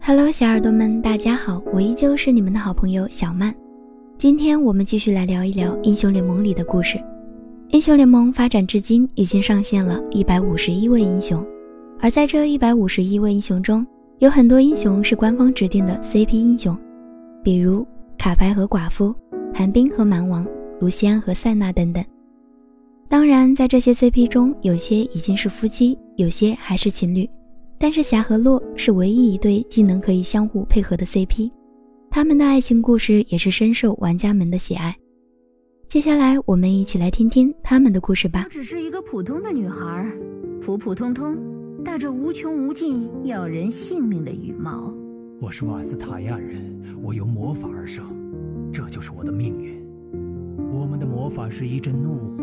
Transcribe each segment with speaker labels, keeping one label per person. Speaker 1: Hello，小耳朵们，大家好，我依旧是你们的好朋友小曼。今天我们继续来聊一聊《英雄联盟》里的故事。《英雄联盟》发展至今，已经上线了一百五十一位英雄，而在这一百五十一位英雄中，有很多英雄是官方指定的 CP 英雄，比如卡牌和寡妇、寒冰和蛮王、卢锡安和塞纳等等。当然，在这些 CP 中，有些已经是夫妻，有些还是情侣。但是霞和洛是唯一一对技能可以相互配合的 CP，他们的爱情故事也是深受玩家们的喜爱。接下来，我们一起来听听他们的故事吧
Speaker 2: 我。只是一个普通的女孩儿，普普通通，戴着无穷无尽要人性命的羽毛。
Speaker 3: 我是瓦斯塔亚人，我由魔法而生，这就是我的命运。我们的魔法是一阵怒火，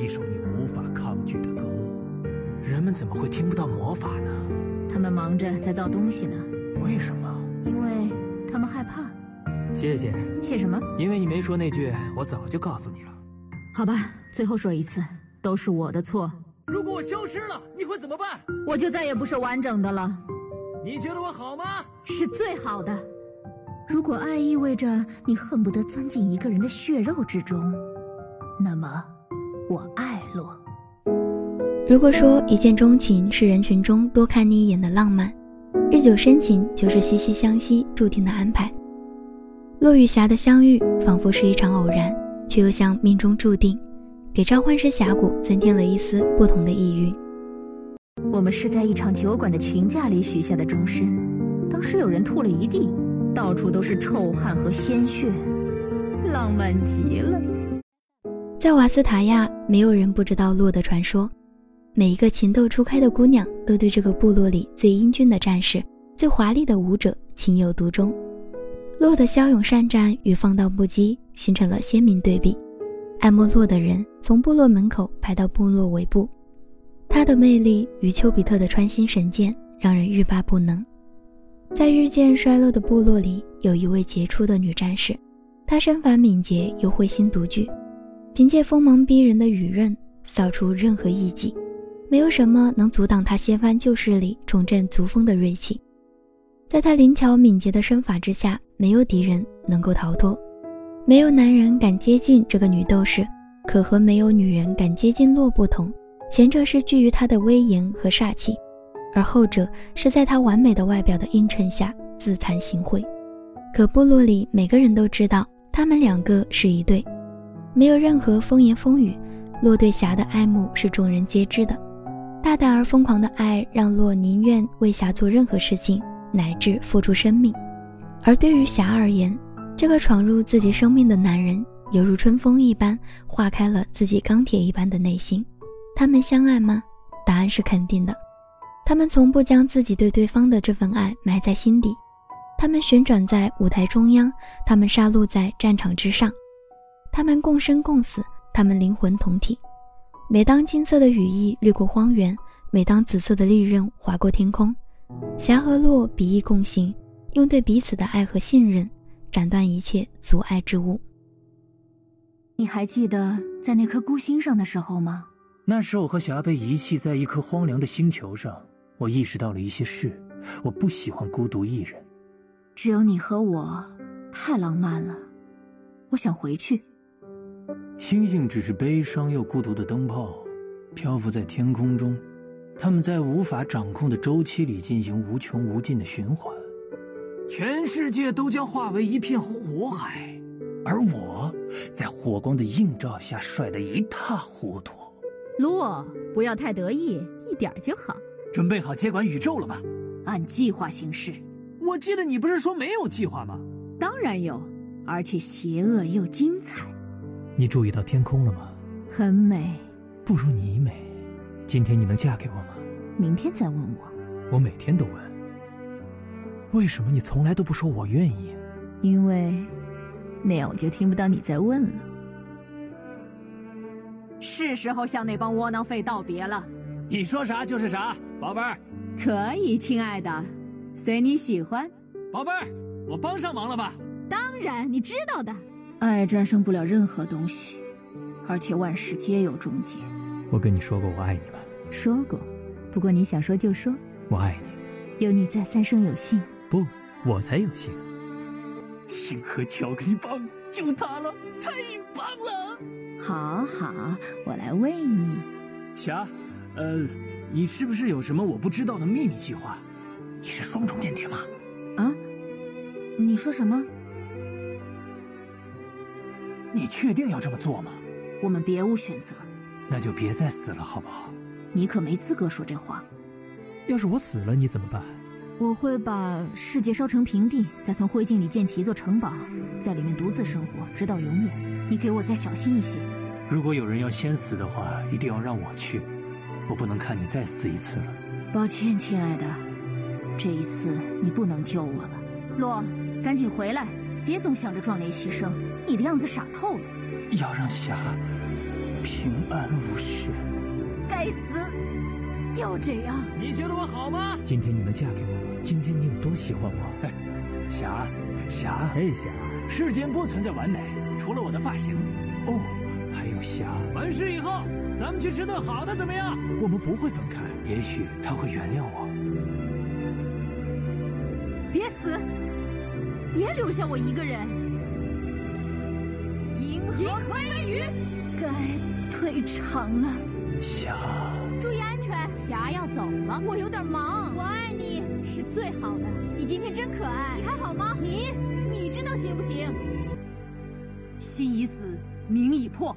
Speaker 3: 一首你无法抗拒的歌。人们怎么会听不到魔法呢？
Speaker 2: 他们忙着在造东西呢，
Speaker 3: 为什么？
Speaker 2: 因为他们害怕。
Speaker 4: 谢谢，
Speaker 2: 谢什么？
Speaker 4: 因为你没说那句，我早就告诉你了。
Speaker 2: 好吧，最后说一次，都是我的错，
Speaker 4: 如果我消失了，你会怎么办？
Speaker 2: 我就再也不是完整的了，
Speaker 4: 你觉得我好吗？
Speaker 2: 是最好的。如果爱意味着你恨不得钻进一个人的血肉之中，那么我爱洛。
Speaker 1: 如果说一见钟情是人群中多看你一眼的浪漫，日久生情就是息息相惜注定的安排。洛与霞的相遇仿佛是一场偶然，却又像命中注定，给召唤师峡谷增添了一丝不同的意蕴。
Speaker 2: 我们是在一场酒馆的群架里许下的终身，当时有人吐了一地，到处都是臭汗和鲜血，浪漫极了。
Speaker 1: 在瓦斯塔亚，没有人不知道洛的传说。每一个情窦初开的姑娘都对这个部落里最英俊的战士、最华丽的舞者情有独钟。洛的骁勇善战与放荡不羁形成了鲜明对比。爱慕洛的人从部落门口排到部落尾部。他的魅力与丘比特的穿心神箭让人欲罢不能。在日渐衰落的部落里，有一位杰出的女战士，她身法敏捷又慧心独具，凭借锋芒逼人的羽刃扫除任何异己，没有什么能阻挡她掀翻旧势力、重振族风的锐气。在她灵巧敏捷的身法之下，没有敌人能够逃脱，没有男人敢接近这个女斗士。可和没有女人敢接近洛不同，前者是居于她的威严和煞气，而后者是在她完美的外表的映衬下自惭形秽。可部落里每个人都知道，他们两个是一对，没有任何风言风语。洛对霞的爱慕是众人皆知的，大胆而疯狂的爱让洛宁愿为霞做任何事情，乃至付出生命。而对于霞而言，这个闯入自己生命的男人，犹如春风一般，化开了自己钢铁一般的内心。他们相爱吗？答案是肯定的。他们从不将自己对对方的这份爱埋在心底，他们旋转在舞台中央，他们杀戮在战场之上，他们共生共死，他们灵魂同体。每当金色的羽翼掠过荒原，每当紫色的利刃划过天空，霞和洛比翼共行，用对彼此的爱和信任，斩断一切阻碍之物。
Speaker 2: 你还记得在那颗孤星上的时候吗？
Speaker 3: 那时我和霞被遗弃在一颗荒凉的星球上，我意识到了一些事。我不喜欢孤独一人。
Speaker 2: 只有你和我，太浪漫了。我想回去。
Speaker 3: 星星只是悲伤又孤独的灯泡，漂浮在天空中，它们在无法掌控的周期里进行无穷无尽的循环。全世界都将化为一片火海，而我在火光的映照下帅得一塌糊涂。
Speaker 2: 洛，不要太得意，一点儿就好。
Speaker 3: 准备好接管宇宙了吗？
Speaker 2: 按计划行事，
Speaker 3: 我记得你不是说没有计划吗？
Speaker 2: 当然有，而且邪恶又精彩，
Speaker 3: 你注意到天空了吗？
Speaker 2: 很美。
Speaker 3: 不如你美。今天你能嫁给我吗？
Speaker 2: 明天再问我，
Speaker 3: 我每天都问。为什么你从来都不说我愿意？
Speaker 2: 因为那样我就听不到你在问了。是时候向那帮窝囊废道别了。
Speaker 3: 你说啥就是啥，宝贝儿，
Speaker 2: 可以，亲爱的，随你喜欢。
Speaker 3: 宝贝儿，我帮上忙了吧？
Speaker 2: 当然，你知道的。爱战胜不了任何东西，而且万事皆有终结。
Speaker 3: 我跟你说过我爱你吧，
Speaker 2: 说过，不过你想说就说，
Speaker 3: 我爱你。
Speaker 2: 有你在，三生有幸。
Speaker 4: 不，我才有幸。
Speaker 3: 星河巧克力棒，就它了，太棒了！
Speaker 2: 好好，我来喂你。
Speaker 3: 霞，呃，你是不是有什么我不知道的秘密计划？你是双重间谍吗？
Speaker 2: 啊？你说什么？
Speaker 3: 你确定要这么做吗？
Speaker 2: 我们别无选择。
Speaker 3: 那就别再死了，好不好？
Speaker 2: 你可没资格说这话。
Speaker 4: 要是我死了，你怎么办？
Speaker 2: 我会把世界烧成平地，再从灰烬里建起一座城堡，在里面独自生活，直到永远。你给我再小心一些。
Speaker 3: 如果有人要先死的话，一定要让我去，我不能看你再死一次了。
Speaker 2: 抱歉，亲爱的，这一次你不能救我了。洛，赶紧回来，别总想着壮烈牺牲，你的样子傻透了。
Speaker 3: 要让霞平安无事。
Speaker 2: 该死，又这样。
Speaker 4: 你觉得我好吗？
Speaker 5: 今天你能嫁给我，今天你有多喜欢我？
Speaker 3: 哎，霞，霞，
Speaker 5: 哎，霞，
Speaker 3: 世间不存在完美，除了我的发型。哦，还有霞，
Speaker 4: 完事以后，咱们去吃顿好的，怎么样？
Speaker 5: 我们不会分开。
Speaker 3: 也许他会原谅我。
Speaker 2: 别死，别留下我一个人。银河飞鱼，该退场了。
Speaker 3: 霞，
Speaker 2: 注意安全，霞要走了，我有点忙。我爱你是最好的，你今天真可爱。你还好吗？你，你知道行不行？心已死，名已破。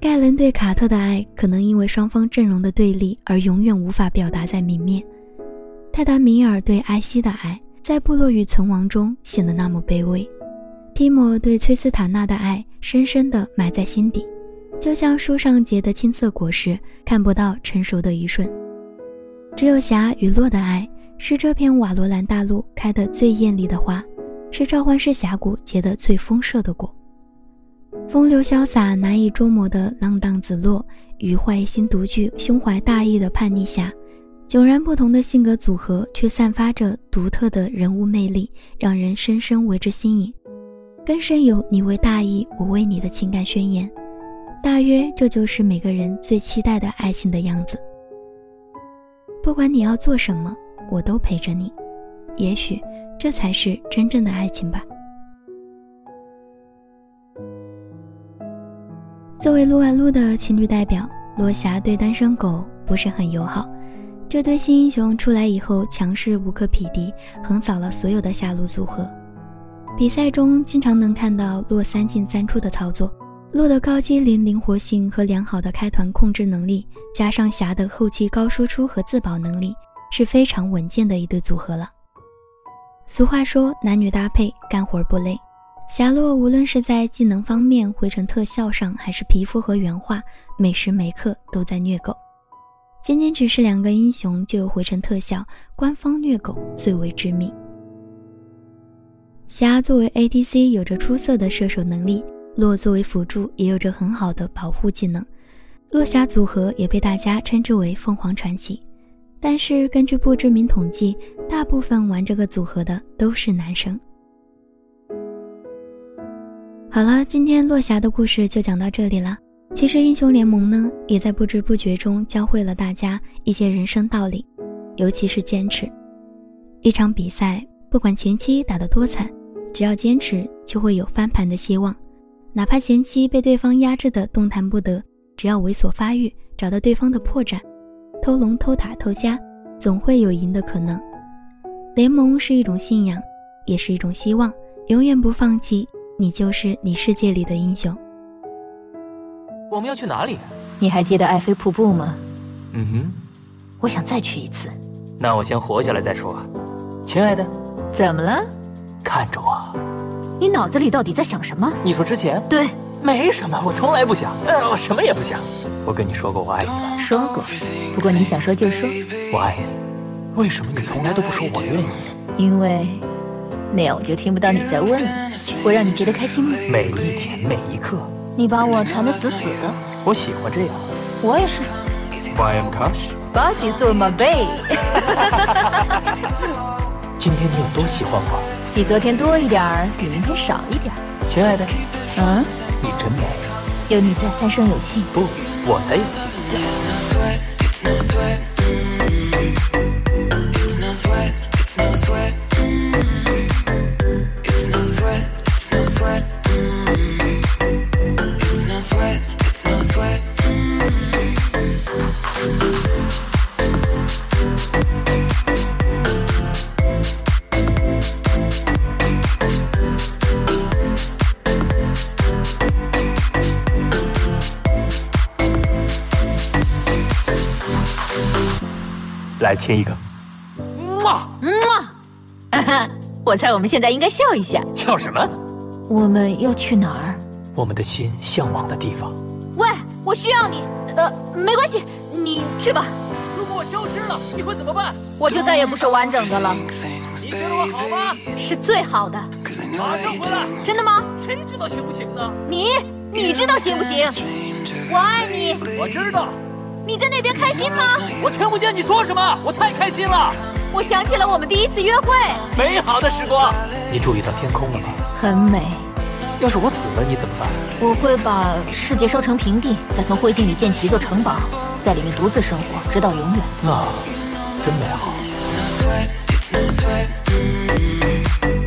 Speaker 1: 盖伦对卡特的爱可能因为双方阵容的对立而永远无法表达在明面。泰达米尔对埃希的爱在部落与存亡中显得那么卑微。提莫对崔斯塔纳的爱深深地埋在心底，就像树上结的青色果实，看不到成熟的一瞬。只有霞与洛的爱是这片瓦罗兰大陆开的最艳丽的花，是召唤师峡谷结的最丰硕的果。风流潇洒、难以捉摸的浪荡子洛，与坏心独具、胸怀大义的叛逆侠，迥然不同的性格组合，却散发着独特的人物魅力，让人深深为之心引。更深有“你为大义，我为你”的情感宣言。大约这就是每个人最期待的爱情的样子。不管你要做什么，我都陪着你。也许这才是真正的爱情吧。作为撸啊撸的情侣代表，罗霞对单身狗不是很友好。这对新英雄出来以后，强势无可匹敌，横扫了所有的下路组合。比赛中经常能看到洛三进三出的操作，洛的高机灵、灵活性和良好的开团控制能力，加上霞的后期高输出和自保能力，是非常稳健的一对组合了。俗话说，男女搭配，干活不累。霞洛无论是在技能方面、回城特效上，还是皮肤和原画，每时每刻都在虐狗。仅仅只是两个英雄就有回城特效，官方虐狗最为致命。霞作为 ADC 有着出色的射手能力，洛作为辅助也有着很好的保护技能。洛霞组合也被大家称之为“凤凰传奇”，但是根据不知名统计，大部分玩这个组合的都是男生。好了，今天落霞的故事就讲到这里啦。其实英雄联盟呢，也在不知不觉中教会了大家一些人生道理，尤其是坚持。一场比赛，不管前期打得多惨，只要坚持，就会有翻盘的希望。哪怕前期被对方压制的动弹不得，只要猥琐发育，找到对方的破绽，偷龙、偷塔、偷家，总会有赢的可能。联盟是一种信仰，也是一种希望，永远不放弃，你就是你世界里的英雄。
Speaker 6: 我们要去哪里？
Speaker 2: 你还记得爱妃瀑布吗？
Speaker 6: 嗯哼，
Speaker 2: 我想再去一次。
Speaker 6: 那我先活下来再说。亲爱的，
Speaker 2: 怎么了？
Speaker 6: 看着我，
Speaker 2: 你脑子里到底在想什么？
Speaker 6: 你说之前
Speaker 2: 对，
Speaker 6: 没什么，我从来不想，呃，
Speaker 3: 哦
Speaker 6: 我什么也不想。我跟你说过我爱你吧，
Speaker 2: 说过。不过你想说就说，
Speaker 6: 我爱你。为什么你从来都不说我愿意？
Speaker 2: 因为那样我就听不到你在问了。我让你觉得开心吗？
Speaker 6: 每一天每一刻，
Speaker 2: 你把我缠得死死的。
Speaker 6: 我喜欢这样。
Speaker 2: 我也是。
Speaker 6: I am crush。
Speaker 2: Boss is on my way。
Speaker 6: 今天你有多喜欢我？
Speaker 2: 比昨天多一点儿，比明天少一点儿。
Speaker 6: 亲爱的，
Speaker 2: 嗯，
Speaker 6: 你真美。
Speaker 2: 有你在，三生有幸。
Speaker 6: 不，我才有戏。
Speaker 7: It's no sweat. mm, It's no sweat. Mm.
Speaker 3: 来亲一个，哇！
Speaker 2: 嗯啊 我猜我们现在应该笑一下。
Speaker 3: 笑什么？
Speaker 2: 我们要去哪儿？
Speaker 3: 我们的心向往的地方。
Speaker 2: 喂，我需要你。呃，没关系，你去吧，
Speaker 3: 如果我消失了，你会怎么办？
Speaker 2: 我就再也不是完整的了。
Speaker 3: 你对我好吗？
Speaker 2: 是最好的，
Speaker 3: 马上回来，
Speaker 2: 真的吗？
Speaker 3: 谁知道行不行呢？
Speaker 2: 你，你知道行不行？我爱你，
Speaker 3: 我知道，
Speaker 2: 你在那边开心吗？
Speaker 3: 我听不见你说什么，我太开心了，
Speaker 2: 我想起了我们第一次约会，
Speaker 3: 美好的时光。你注意到天空了吗？
Speaker 2: 很美。
Speaker 3: 要是我死了，你怎么办？
Speaker 2: 我会把世界烧成平地，再从灰烬里建起一座城堡，在里面独自生活，直到永远。
Speaker 3: 那真美好。
Speaker 7: It's no sweat, it's no sweat. mm Mm.